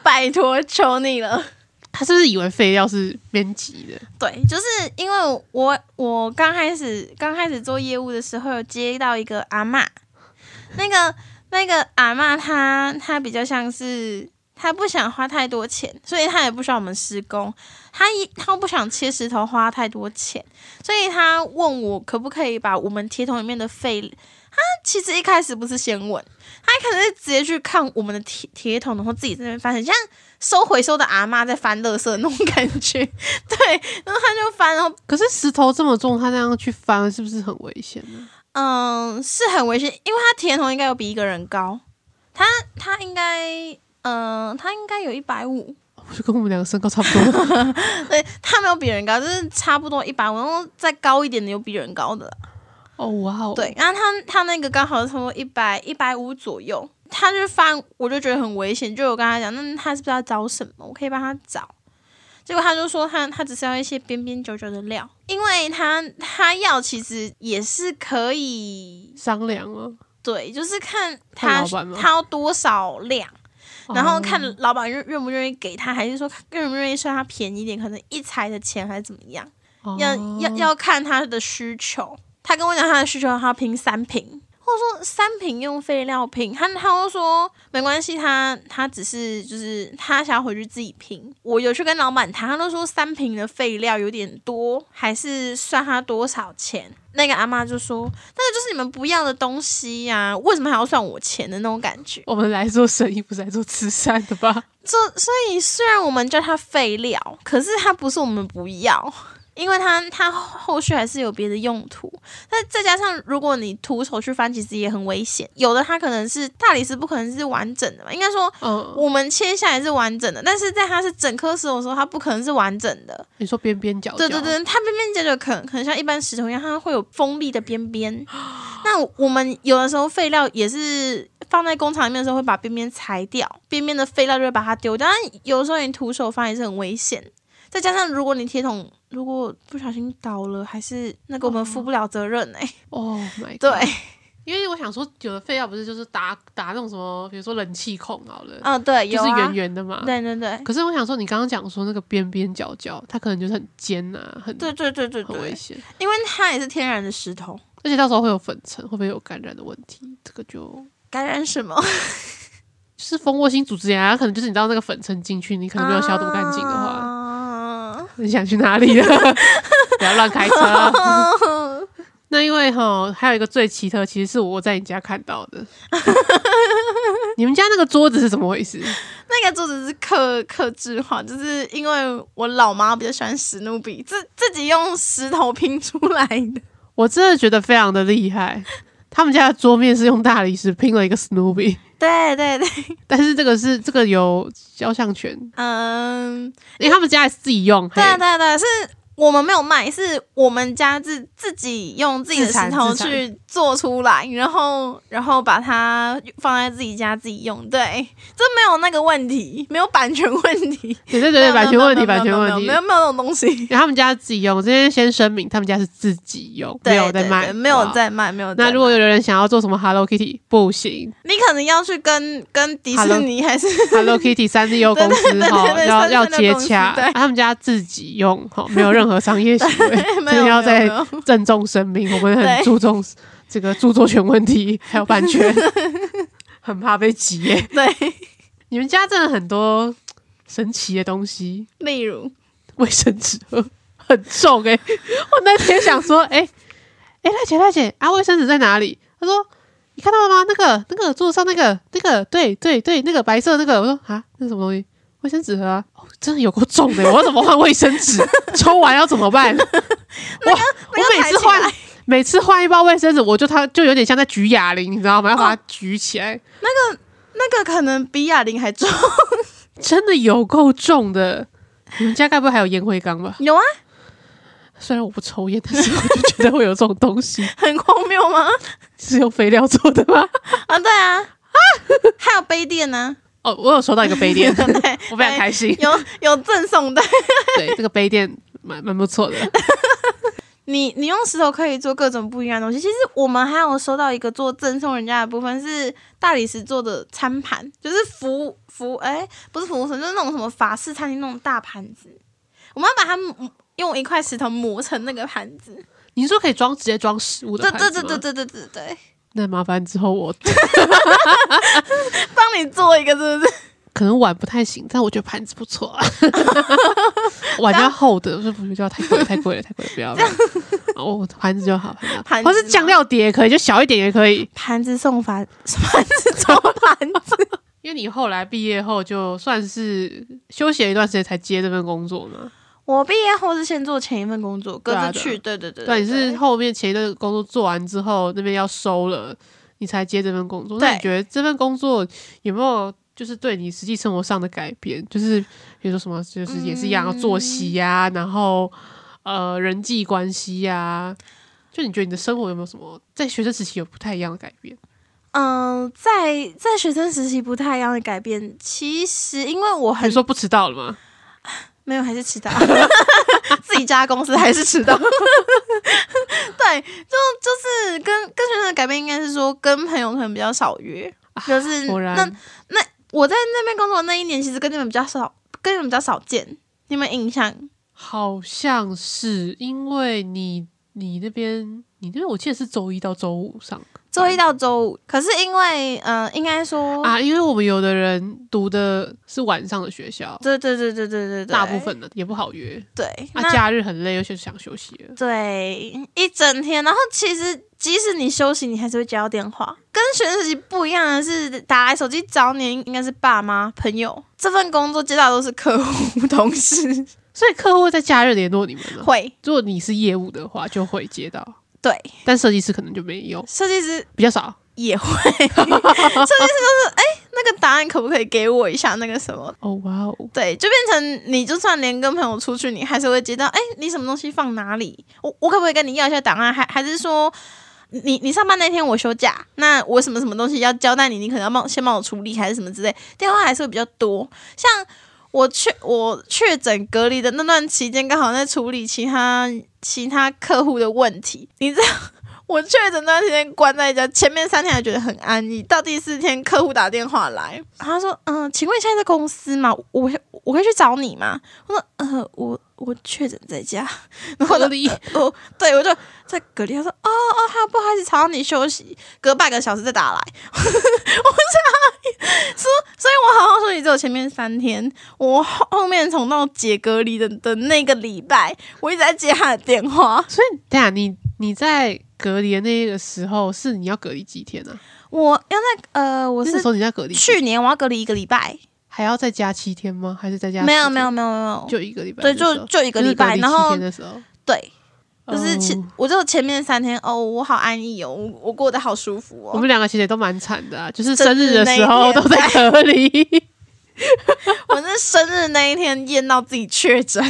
S2: 拜托，求你了。
S1: 他是不是以为废料是编辑的？
S2: 对，就是因为我我刚开始刚开始做业务的时候，有接到一个阿嬷，那个那个阿嬷她她比较像是她不想花太多钱，所以她也不需要我们施工，她一她不想切石头花太多钱，所以她问我可不可以把我们铁桶里面的废，她其实一开始不是先问，她一开始是直接去看我们的铁铁桶，然后自己在那边翻，很像收回收的阿嬷在翻垃圾那种感觉， 对，然后她就翻，然后
S1: 可是石头这么重，他那样去翻，是不是很危险呢？
S2: 嗯，是很危险，因为他铁桶应该有比一个人高，他他应该，嗯、他应该有一百五，
S1: 我就跟我们两个身高差不 多。
S2: 对他没有比人高，就是差不多一百五，然后再高一点的有比人高的啦，
S1: 哦，哇哦！
S2: 对，然后他他那个刚好差不多一百一百五左右，他就翻，我就觉得很危险，就有跟他讲，那他是不是要找什么？我可以帮他找。结果他就说他他只是要一些边边角角的料，因为他他要其实也是可以
S1: 商量啊，
S2: 对，就是看
S1: 看
S2: 他
S1: 老板吗
S2: 他要多少量，然后
S1: 哦
S2: 看老板愿愿不愿意给他，还是说愿不愿意算他便宜一点，可能一裁的钱还是怎么样，
S1: 哦
S2: 要要要看他的需求。他跟我讲他的需求，他要拼三瓶，或者说三瓶用废料拼，他他又说没关系，他他只是就是他想要回去自己拼。我有去跟老板谈，他都说三瓶的废料有点多，还是算他多少钱？那个阿妈就说：“那个就是你们不要的东西呀、为什么还要算我钱的那种感觉？”
S1: 我们来做生意，不是来做慈善的吧？
S2: 所所以虽然我们叫它废料，可是它不是我们不要， 因为它它后续还是有别的用途。那再加上如果你徒手去翻，其实也很危险。有的它可能是大理石，不可能是完整的嘛，应该说。
S1: 嗯，
S2: 我们切下来是完整的，但是在它是整颗石头的时候，它不可能是完整的。
S1: 你说边边角角，
S2: 对对，对，它边边角角可能可能像一般石头一样，它会有锋利的边边。那我们有的时候废料也是放在工厂里面的时候，会把边边裁掉，边边的废料就会把它丢掉。但有的时候你徒手翻也是很危险，再加上如果你铁桶如果不小心倒了，还是那个我们负不了责任 哎、
S1: 哦、my god！
S2: 对，
S1: 因为我想说，有的废料不是就是打打那种什么，比如说冷气孔好了，
S2: 嗯对，
S1: 就
S2: 有
S1: 是
S2: 啊
S1: 圆，圆的嘛。
S2: 对对对
S1: 可是我想说，你刚刚讲说那个边边角角，它可能就是很尖呐、很
S2: 对对对对
S1: 很危
S2: 对，
S1: 险，
S2: 因为它也是天然的石头，
S1: 而且到时候会有粉尘，会不会有感染的问题？这个就
S2: 感染什么？
S1: 就是蜂窝性组织炎、啊，它可能就是你知道那个粉尘进去，你可能没有消毒干净的 话，
S2: 啊
S1: 你想去哪 里了？不要乱开车。 那因为哈，还有一个最奇特，其实是我在你家看到 的。你们家那个桌子是怎么回事？
S2: 那个桌子是刻刻制化，就是因为我老妈比较喜欢史努比，自自己用石头拼出来的。
S1: 我真的觉得非常的厉害。他们家的桌面是用大理石拼了一个 Snoopy，
S2: 对对对，
S1: 但是这个是这个有肖像权，
S2: 嗯，
S1: 因为他们家也是自己用。
S2: 对啊
S1: 嘿
S2: 对啊对啊，是我们没有卖，是我们家自自己用自己的
S1: 自产
S2: 石头
S1: 自产
S2: 去做出来，然后然后把它放在自己家自己用。对，这没有那个问题，没有版权问题，
S1: 对对对对，
S2: 没有
S1: 版权问题，
S2: 没
S1: 版
S2: 有没
S1: 权
S2: 有
S1: 问题。
S2: 啊没有没有没有那种东西。
S1: 因为他们家自己用，这边先声明，他们家是自己用，没
S2: 对
S1: 有在
S2: 对
S1: 卖，
S2: 对没有。在卖，没有在卖。
S1: 那如果有人想要做什么 Hello Kitty，不 行，
S2: 你可能要去跟跟迪士尼还是
S1: Hello Kitty 三丽鸥公司
S2: 对对对
S1: 哈，
S2: 对
S1: 要
S2: 三丽
S1: 要
S2: 鸥
S1: 接
S2: 公司
S1: 洽，
S2: 对，
S1: 啊他们家自己用哈，没有任何商业行为
S2: 没
S1: 真的要
S2: 有没有
S1: 再
S2: 没有
S1: 郑重声明，我们很
S2: 对
S1: 注重这个著作权问题，还有版 权，很怕被挤耶。
S2: 对，
S1: 你们家真的很多神奇的东西，
S2: 例如
S1: 卫生纸盒很重哎、 我那天想说，哎、哎、赖姐赖姐啊，卫生纸在哪里？她说你看到了吗？那个那个桌子上那个那个，对对对，那个白色那个。我说啊，那是什么东西？卫生纸盒啊、哦真的有够重的，我要怎么换卫生纸？ 抽完要怎么 办？
S2: 那个
S1: 我每次
S2: 抬起来
S1: 换每次换一包卫生纸，我就它就有点像在举哑铃，你知道吗？要把它举起来，
S2: 那个可能比哑铃还重。
S1: 真的有够重的。你们家该不会还有烟灰缸吧？
S2: 有啊，
S1: 虽然我不抽烟，但是我就觉得会有这种东西，
S2: 很荒谬吗？
S1: 是用肥料做的吗？
S2: 啊，对啊， 还有杯垫啊呢、
S1: 哦，我有收到一个杯 垫，
S2: 对，
S1: 我非常开心。
S2: 有有赠送的。
S1: 对，这个杯垫蛮蛮不错的。
S2: 你你用石头可以做各种不一样的东西。其实我们还有收到一个做赠送人家的部分是大理石做的餐盘，就是服服哎、不是服务生，就是那种什么法式餐厅那种大盘子，我们要把它磨用一块石头磨成那个盘子。
S1: 你是说可以装直接装食物的
S2: 对
S1: 盘
S2: 对
S1: 子
S2: 对
S1: 吗
S2: 对对对对对，
S1: 那麻烦之后我
S2: 帮你做一个是不 是？
S1: 可能碗不太行，但我觉得盘子不错 啊。碗要厚的，我说不需要太贵了，太贵了，太贵了，不要。不 要哦，我盘子就好，
S2: 盘
S1: 盘子。
S2: 子
S1: 或是酱料碟也可以，就小一点也可以。
S2: 盘子送法，盘子做盘子。
S1: 因为你后来毕业后，就算是休息了一段时间才接这份工作嘛。
S2: 我毕业后是先做前一份工作，各
S1: 对啊
S2: 自去。对对对
S1: 对，你是后面前一段工作做完之后，那边要收了，你才接这份工作。那
S2: 对
S1: 你觉得这份工作有没有就是对你实际生活上的改变？就是比如说什么，就是也是一样要作息呀、
S2: 嗯
S1: 然后呃人际关系呀、就你觉得你的生活有没有什么在学生时期有不太一样的改变？
S2: 嗯、在在学生时期不太一样的改变。其实因为我
S1: 比
S2: 很
S1: 如说不迟到了吗？
S2: 没有，还是迟到， 自己家公司还 是迟到。对，就就是跟跟学生的改变，应该是说跟朋友可能比较少约，就
S1: 啊
S2: 是
S1: 果
S2: 嗯那
S1: 然，
S2: 我在那边工作的那一年，其实跟你们比较少，跟你们比较少见，你们印象？
S1: 好像是因为你你那边你那边我记得是周一到周五上
S2: 周一到周五，可是因为嗯、呃应该说，
S1: 啊，因为我们有的人读的是晚上的学校，
S2: 对对对对对对对，
S1: 大部分的也不好约。
S2: 对，
S1: 啊，
S2: 那
S1: 假日很累，而且想休息了。
S2: 对，一整天。然后其实即使你休息，你还是会接到电话。跟学生时期不一样的是，打来手机找你应该是爸妈、朋友。这份工作接到的都是客户、同 事，
S1: 所以客户会在假日联络你们了。
S2: 会
S1: 如果你是业务的话，就会接到，
S2: 对
S1: 但设计师可能就没有，
S2: 设计师
S1: 比较少。
S2: 也会。设计师就是哎、那个答案可不可以给我一下那个什么？
S1: 哦，哇 哦，
S2: 对，就变成你就算连跟朋友出去，你还是会接到，哎、你什么东西放哪里？我我可不可以跟你要一下档案？还还是说，你你上班那天我休假，那我什么什么东西要交代你，你可能要帮先帮我处理，还是什么之类？电话还是会比较多。像我确我确诊隔离的那段期间，刚好在处理其他其他客户的问题，你知道。我确诊那段时间关在家，前面三天还觉得很安逸，到第四天客户打电话来，他说：“嗯、请问一下在公司嘛？我会我会去找你吗？”我说：“呃，我我确诊在家。” 然后我就
S1: 合理。
S2: 哦，对，我就在隔离。他说：“哦哦，好，不好意思，吵到你休息。”隔半个小时再打来， 我傻眼。说，所以我好好说，你只有前面三天，我后后面从到解隔离的的那个礼拜，我一直在接他的电话。
S1: 所以，对啊，你你在隔离的那个时候，是你要隔离几天啊？
S2: 我要在呃，我
S1: 那
S2: 是
S1: 时候你在隔离，
S2: 去年我要隔离一个礼拜，
S1: 还要再加七天吗？还是再加？
S2: 没有没有，没有没有，
S1: 就一个礼拜
S2: 哦对，
S1: 的时候。
S2: 就就一
S1: 一
S2: 个礼拜，然后
S1: 七天的时候，
S2: 对。就是前
S1: 哦
S2: 我就前面三天哦，我好安逸哦，我我过得好舒服哦。
S1: 我们两个其实也都蛮惨的啊，就是
S2: 生
S1: 生日的时
S2: 日那一
S1: 候
S2: 天
S1: 都 在隔离。
S2: 我是生日那一天验到自己确诊，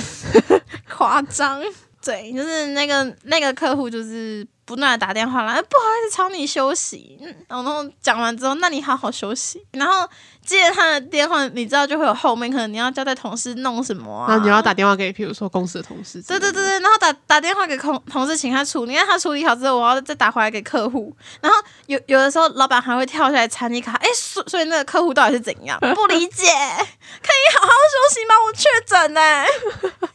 S2: 夸张。对，就是那个那个客户就是不断的打电话来，哎不好意思吵你休息。嗯然后讲完之后，那你好好休息。然后接了他的电话，你知道就会有后面可能你要交代同事弄什么啊，
S1: 然后你要打电话给，比如说公司的同事之
S2: 对
S1: 类的。
S2: 对对对，然后打打电话给同同事，请他处理，让他处理好之后，我要再打回来给客户。然后有有的时候，老板还会跳下来查你卡，哎，所所以那个客户到底是怎样？ 不理解，可以好好休息吗？我确诊呢、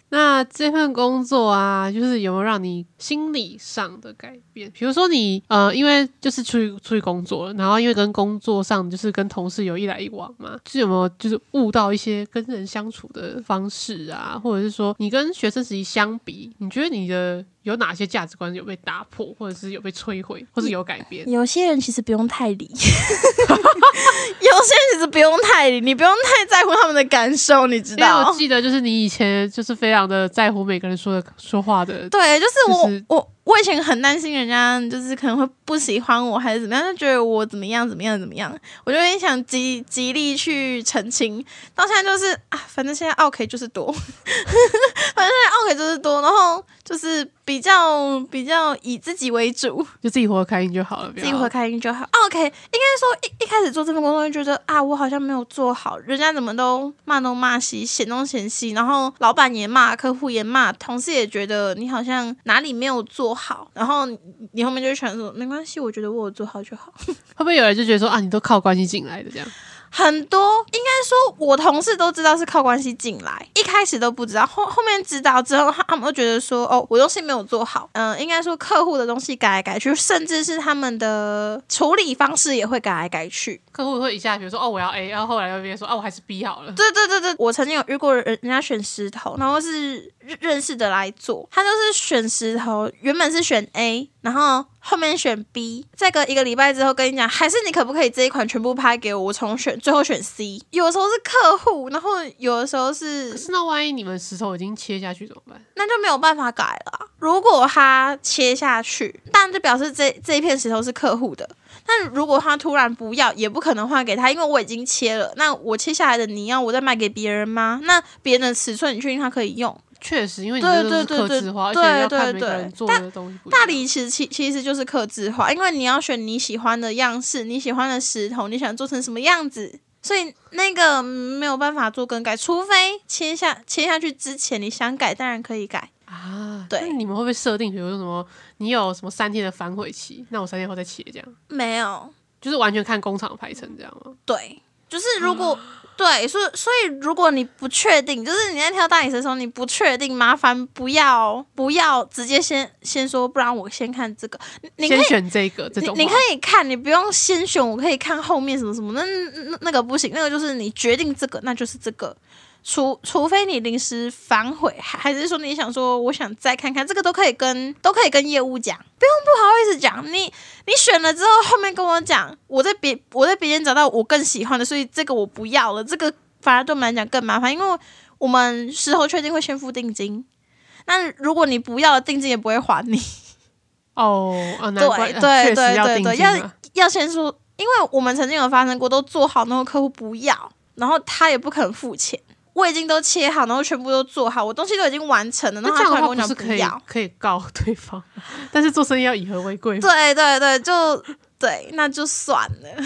S1: 那这份工作啊，就是有没有让你心理上的改变？比如说你呃，因为就是出去出去工作了，然后因为跟工作上就是跟同事有一来一往嘛，就是有没有就是悟到一些跟人相处的方式啊，或者是说你跟学生时期相比，你觉得你的有哪些价值观有被打破，或者是有被摧毁，或是有改变？
S2: 有些人其实不用太 理，有些人其实不用太理，你不用太在乎他们的感受，你知
S1: 因为我
S2: 道？
S1: 记得，就是你以前就是非常的在乎每个人说的说话的，
S2: 对，就是我、
S1: 就是
S2: 我我以前很担心人家就是可能会不喜欢我还是怎么样，就觉得我怎么样怎么样怎么样，我就很想极极力去澄清。到现在就是啊，反正现在 OK 就是多， 反正现在 OK 就是多，然后就是比较比较以自己为主。
S1: 就自己活得开心就好了，不
S2: 自
S1: 要
S2: 己会开心就好。啊 OK，应该说一一开始做这份工作就觉得啊，我好像没有做好，人家怎么都骂东骂西，嫌东嫌西，然后老板也骂，客户也骂，同事也觉得你好像哪里没有做好，然后你你后面就会想说没关系，我觉得我有做好 就好。
S1: 会不会有人就觉得说啊，你都靠关系进来的这样？
S2: 很多应该说，我同事都知道是靠关系进来，一开始都不知道，后后面知道之后，他他们会觉得说，哦，我东西没有做好，嗯、应该说客户的东西改来改去，甚至是他们的处理方式也会改来改去。
S1: 客户会一下觉得说哦我要 A，然后后来又变说哦我还是 B 好了，
S2: 对对对对，我曾经有遇过人人家选石头，然后是认认识的来做，他就是选石头，原本是选 A，然后后面选 B，再隔一个礼拜之后跟你讲，还是你可不可以这一款全部拍给我，我重选，最后选 C。有的时候是客户，然后有的时候是
S1: 可是那万一你们石头已经切下去怎么办？
S2: 那就没有办法改了啊、如果它切下去，但就表示这这一片石头是客户的。但如果他突然不要，也不可能换给他，因为我已经切了。那我切下来的，你要我再卖给别人吗？那别人的尺寸，你确定他可以用？
S1: 确实，因为你这都是
S2: 对
S1: 克
S2: 对对
S1: 制化，而且
S2: 对
S1: 要看
S2: 对
S1: 每个人
S2: 对
S1: 做的东西不一样。
S2: 大理其实其其实就是克制化，因为你要选你喜欢的样式，你喜欢的石头，你想做成什么样子，所以那个嗯没有办法做更改，除非切下切下去之前你想改，当然可以改。
S1: 啊，
S2: 对
S1: 那你们会不会设定，比如说什么，你有什么三天的反悔期，那我三天后再切这样？
S2: 没有，
S1: 就是完全看工厂排程这样吗？
S2: 对，就是如果、对，所以所以如果你不确定，就是你在挑大理石的时候你不确定，麻烦不要不要直接先先说，不然我先看这个，你你可
S1: 先
S2: 以。
S1: 选这个这
S2: 你
S1: 种吗，
S2: 你可以看，你不用先选，我可以看后面什么什么。那那那那个不行，那个就是你决定这个，那就是这个。除除非你临时反悔，还还是说你想说我想再看看，这个都可以跟都可以跟业务讲，不用不好意思讲。你你选了之后，后面跟我讲，我在别我在别人找到我更喜欢的，所以这个我不要了。这个反而对我们来讲更麻烦，因为我们事后确定会先付定金。那如果你不要了，定金也不会还你。
S1: 哦，啊，难怪，
S2: 对
S1: 啊
S2: 对
S1: 确实
S2: 对
S1: 要
S2: 对
S1: 定
S2: 对
S1: 金啊
S2: 要先说，因为我们曾经有发生过，都做好，然后客户不要，然后他也不肯付钱。我已经都切好，然后全部都做好，我东西都已经完成了，然
S1: 那
S2: 后
S1: 这样
S2: 他
S1: 的
S2: 突
S1: 话
S2: 然跟
S1: 不
S2: 我讲
S1: 是
S2: 不
S1: 可以
S2: 要。
S1: 可以告 对方，但是做生意要以和为贵嘛，
S2: 对对对，就对，那就算了。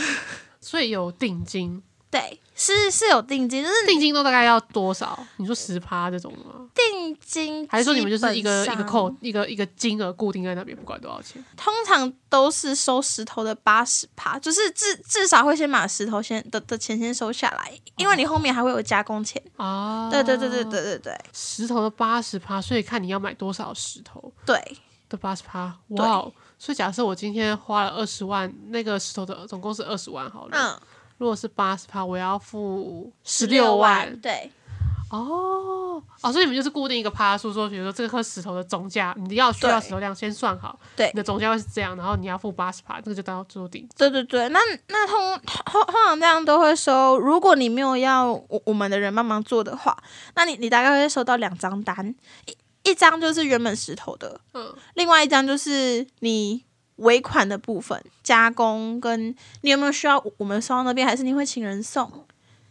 S1: 所以有定金，
S2: 对，是是有定金，就是
S1: 定金都大概要多少？你说十趴这种吗？
S2: 定金，
S1: 还是说你们就是一个一个扣，一个一个金额固定在那边，不管多少钱？
S2: 通常都是收石头的八十趴，就是至至少会先把石头先的的钱先收下来，因为你后面还会有加工钱。
S1: 啊，
S2: 对对对对，对对对
S1: 石头的八十趴，所以看你要买多少石头
S2: 对，
S1: 的八十趴。哇哦，所以假设我今天花了二十万，那个石头的总共是二十万好了，
S2: 嗯，
S1: 如果是八十趴，我要付十
S2: 16
S1: 六万，
S2: 嗯对。
S1: 哦哦，所以你们就是固定一个趴数，说比如说这颗石头的总价，你要需要
S2: 对
S1: 石头量先算好，
S2: 对
S1: 你的总价会是这样，然后你要付八十趴，这个就当做定。
S2: 对对对，那那通通通常这样都会收，如果你没有要我我们的人帮忙做的话，那你你大概会收到两张单，一一张就是原本石头的，
S1: 嗯，
S2: 另外一张就是你尾款的部分加工跟你有没有需要我我们送到那边，还是你会请人送？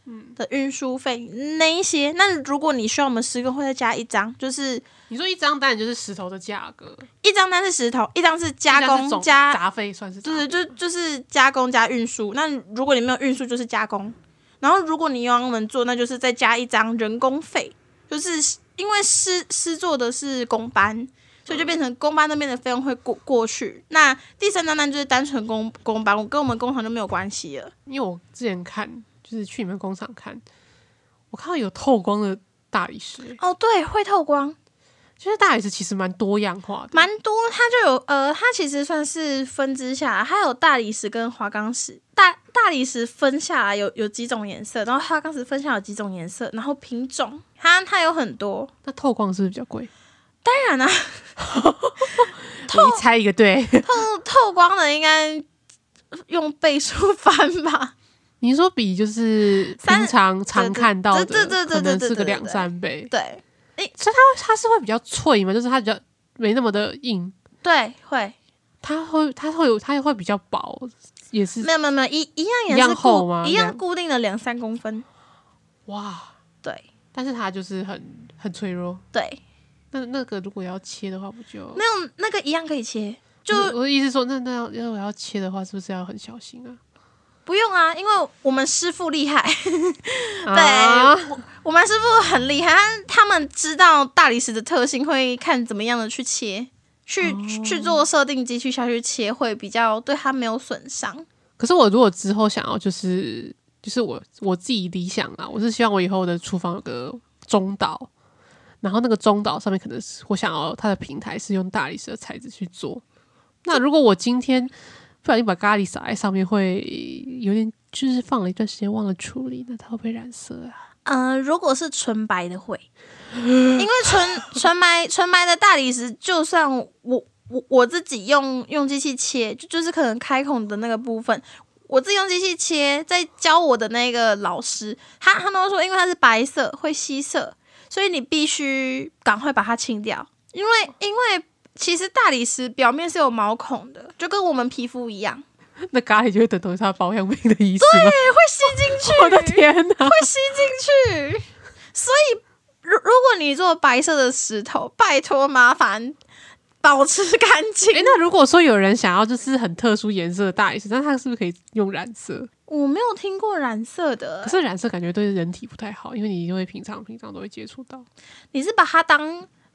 S2: 嗯的运输费那一些，那如果你需要我们施工，会再加一张，就是
S1: 你说一张单就是石头的价格，
S2: 一张单是石头，一张是
S1: 一
S2: 加
S1: 张是
S2: 工
S1: 总
S2: 加
S1: 杂费算是
S2: 对，
S1: 对
S2: 就就是加工加运输。那如果你没有运输，就是加工。然后如果你有让我们做，那就是再加一张人工费，就是因为师师做的是工班，所以就变成工班那边的费用会过过去。那第三张单就是单纯工工班，我跟我们工厂就没有关系了。
S1: 因为我之前看就是去你们工厂看，我看到有透光的大理石，
S2: 哦，对，会透光，
S1: 其实大理石其实蛮多样化的，
S2: 蛮多。它就有呃，它其实算是分支下来，它有大理石跟花岗石。大大理石分下来有有几种颜色，然后花岗石分下来有几种颜色，然后品种它它有很多。
S1: 那透光是不是比较贵？
S2: 当然啦、啊
S1: 我一猜一个对。
S2: 透透光的应该用倍数翻吧。
S1: 你说比就是
S2: 三
S1: 平常常看到的，
S2: 对对对对对
S1: 可能是
S2: 对对
S1: 个
S2: 对
S1: 两三倍，
S2: 对
S1: 所以它它是会比较脆嘛，就是它比较没那么的硬，
S2: 对，会
S1: 它会它会有它会比较薄，也是
S2: 没有没有没有一一样也
S1: 嗯一样
S2: 是
S1: 厚
S2: 固
S1: 吗
S2: 一
S1: 这
S2: 样
S1: 样
S2: 固定的两三公分。
S1: 哇，
S2: 对
S1: 但是它就是很很脆弱。
S2: 对，
S1: 那那个如果要切的话，不就
S2: 没有那个一样可以切，就
S1: 不是我的意思说，那那要要我要切的话，是不是要很小心啊？
S2: 不用啊，因为我们师傅厉害，
S1: 啊，
S2: 对，我我们师傅很厉害，他他们知道大理石的特性，会看怎么样的去切，去、去做设定机去下去切，会比较对它没有损伤。
S1: 可是我如果之后想要就是就是我我自己理想啊，我是希望我以后的厨房有个中岛，然后那个中岛上面可能是我想要它的平台是用大理石的材质去做。那如果我今天不小心把咖喱撒在上面，会有点就是放了一段时间忘了处理，那它会不会染色啊？
S2: 嗯，如果是纯白的会，因为纯纯白纯白的大理石，就算我我我自己用用机器切，就就是可能开孔的那个部分，我自己用机器切，在教我的那个老师，他他们都说，因为它是白色会吸色，所以你必须赶快把它清掉，因为因为其实大理石表面是有毛孔的，就跟我们皮肤一样，
S1: 那咖喱就会等同于它的保养品的意思吗？
S2: 也会吸进 去。
S1: 我的天哪！
S2: 会吸进去。所以，如如果你做白色的石头，拜托麻烦保持干净。
S1: 诶，那如果说有人想要就是很特殊颜色的大理石，那它是不是可以用染色？
S2: 我没有听过染色的、
S1: 可是染色感觉对人体不太好，因为你因为平常平常都会接触到。
S2: 你是把它当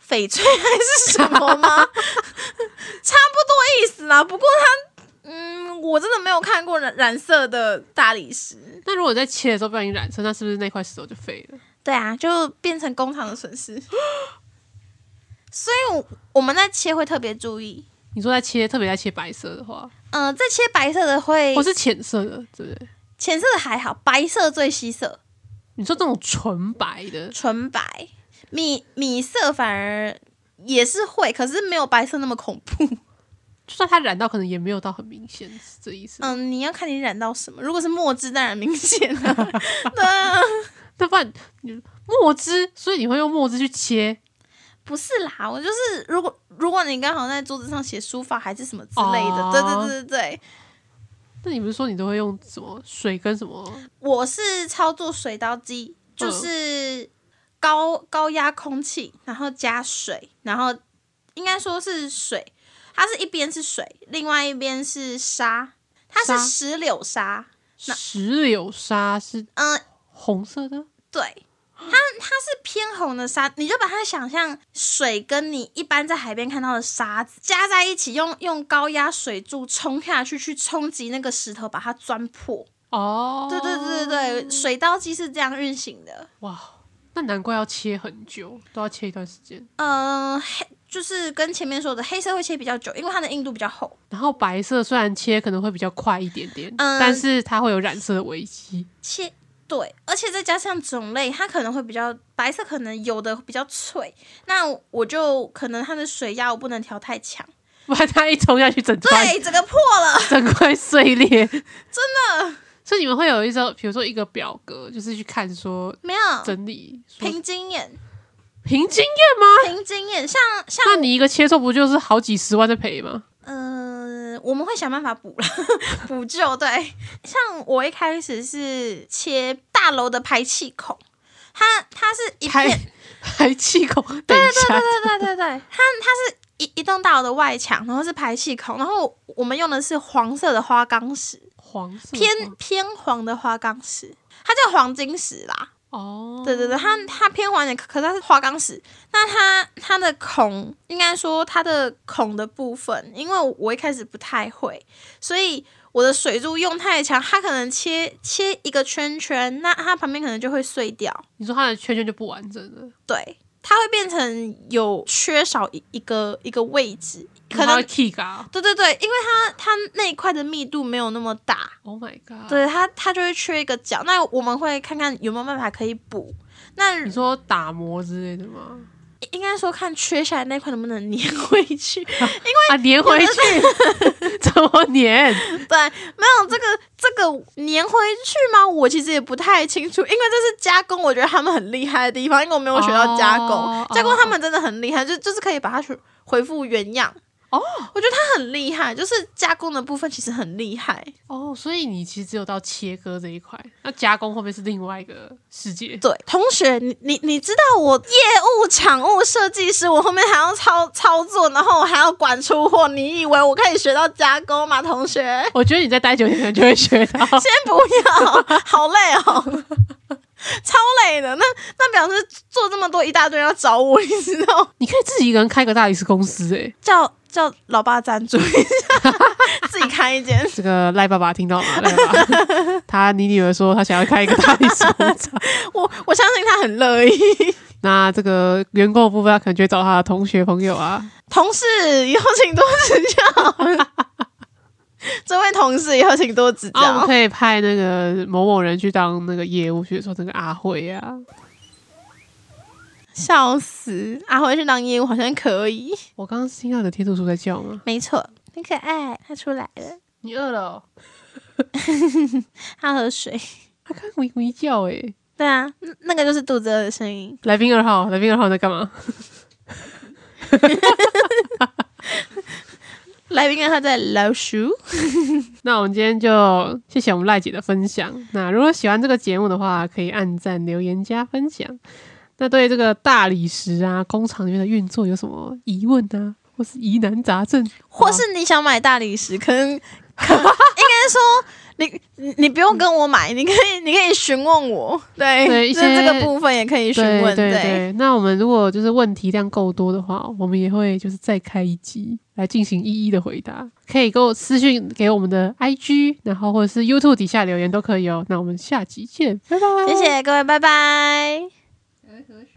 S2: 翡翠还是什么吗？ 差不多意思啦。不过它，嗯，我真的没有看过染染色的大理石。
S1: 那如果在切的时候不小心染色，那是不是那块石头就废了？
S2: 对啊，就变成工厂的损失。 所以我，我们在切会特别注意。
S1: 你说在切，特别在切白色的话，
S2: 嗯、在切白色的会
S1: 或是浅色的，对不对？
S2: 浅色的还好，白色最吸色，
S1: 你说这种纯白的，
S2: 纯白米米色反而也是会，可是没有白色那么恐怖。
S1: 就算它染到，可能也没有到很明显，是这意思吗。
S2: 嗯，你要看你染到什么，如果是墨汁，当然明显了、对啊，
S1: 那不然你墨汁，所以你会用墨汁去切
S2: 不是啦，我就是如果如果你刚好在桌子上写书法还是什么之类的，
S1: 哦
S2: 对对对对对，
S1: 那你不是说你都会用什么水跟什么？
S2: 我是操作水刀机，
S1: 嗯
S2: 就是高高压空气，然后加水，然后应该说是水，它是一边是水，另外一边是沙，它
S1: 沙
S2: 是石榴沙，那
S1: 石榴沙是
S2: 嗯、
S1: 红色的，
S2: 对。它它是偏红的沙，你就把它想象水跟你一般在海边看到的沙子加在一起，用用高压水柱冲下去，去冲击那个石头，把它钻破。
S1: 哦，
S2: 对对对对对，水刀机是这样运行的。
S1: 哇，那难怪要切很久，都要切一段时间。
S2: 嗯，黑就是跟前面说的黑色会切比较久，因为它的硬度比较厚。
S1: 然后白色虽然切可能会比较快一点点，
S2: 嗯
S1: 但是它会有染色的危机。
S2: 切对，而且再加上种类，它可能会比较白色，可能有的比较脆。那我就可能它的水压我不能调太强，
S1: 不然它一冲下去，整块
S2: 对，整个破了。
S1: 整块碎 裂，真的。所以你们会有一种，比如说一个表格，就是去看说
S2: 没有
S1: 整理说
S2: 凭经验，
S1: 凭经验吗？
S2: 凭经验，像像
S1: 那你一个切错不就是好几十万在赔吗？
S2: 呃，我们会想办法补了 补救。对，像我一开始是切大楼的排气孔，它它是一
S1: 还
S2: 片
S1: 还气孔，等一下，
S2: 对对对对对，它它是一一栋大楼的外墙，然后是排气孔，然后我们用的是黄色的花岗石，
S1: 黄色
S2: 偏
S1: 黄
S2: 偏黄的花岗石，它叫黄金石啦。
S1: 哦，
S2: 对对对，它它偏黄一点，可可是它是花岗石。那它它的孔，应该说它的孔的部分，因为我一开始不太会，所以我的水柱用太强，它可能切切一个圈圈，那它旁边可能就会碎掉。
S1: 你说它的圈圈就不完整了，
S2: 对，它会变成有缺少一一个一个位置，可
S1: 然后它
S2: 能
S1: 会啊 k 嘎
S2: 对对对，因为它它那一块的密度没有那么大，
S1: ，Oh my god！，
S2: 对它它就会缺一个角。那我们会看看有没有办法可以补。那
S1: 你说打磨之类的吗？
S2: 应该说看缺下来那块能不能粘回去。
S1: 啊，粘回去， 怎么粘？
S2: 对，没有这个这个粘回去吗？我其实也不太清楚，因为这是加工，我觉得他们很厉害的地方，因为我没有学到加工，
S1: 哦
S2: 加工他们真的很厉害，就就是可以把它去恢复原样。
S1: 哦，
S2: 我觉得他很厉害，就是加工的部分其实很厉害。
S1: 哦，所以你其实只有到切割这一块，那加工后面是另外一个世界。
S2: 对，同学，你你你知道我业务、场务、设计师，我后面还要操操作，然后我还要管出货，你以为我可以学到加工吗？同学，
S1: 我觉得你再待久一点就会学到。
S2: 先不要，好累 哦，超累的。那那表示做这么多一大堆人要找我，你知道？
S1: 你可以自己一个人开个大理石公司、欸，
S2: 叫叫老爸赞助一下，自己开一间。
S1: 这个赖爸爸听到吗？赖爸爸， 他你女儿说他想要开一个大理石工 厂，
S2: 我我相信他很乐意。
S1: 那这个员工的部分，他可能就会找他的同学朋友啊。
S2: 同事以后请多指教，这位同事以后请多指
S1: 啊，我们
S2: 教。
S1: 可以派那个某某人去当那个业务，比如说那个阿辉啊。
S2: 笑死，阿辉去当业务好像可以，
S1: 我刚刚是听到你的天竺鼠在叫吗？
S2: 没错，很可爱，他出来了，
S1: 你饿了、哦？
S2: 他喝水。
S1: 它刚微微叫诶、
S2: 对啊，那那个就是肚子饿的声音。
S1: 来宾二号，来宾二号在干嘛？
S2: 来宾跟他在老鼠。
S1: 那我们今天就谢谢我们赖姐的分享。那如果喜欢这个节目的话，可以按赞、留言、加分享。那对这个大理石啊工厂里面的运作有什么疑问啊，或是疑难杂症，
S2: 或是你想买大理石，可能可能应该说你你你不用跟我买，你可以你可以询问我，对，
S1: 对一
S2: 就
S1: 些
S2: 是这个部分也可以询
S1: 对
S2: 问，
S1: 对对，那我们如果就是问题量够多的话，我们也会就是再开一集来进行一一的回答。可以给我私信给我们的 IG，然后或者是 YouTube 底下留言都可以哦。那我们下集见，拜拜。
S2: 谢谢各位，拜拜。
S3: 喝水。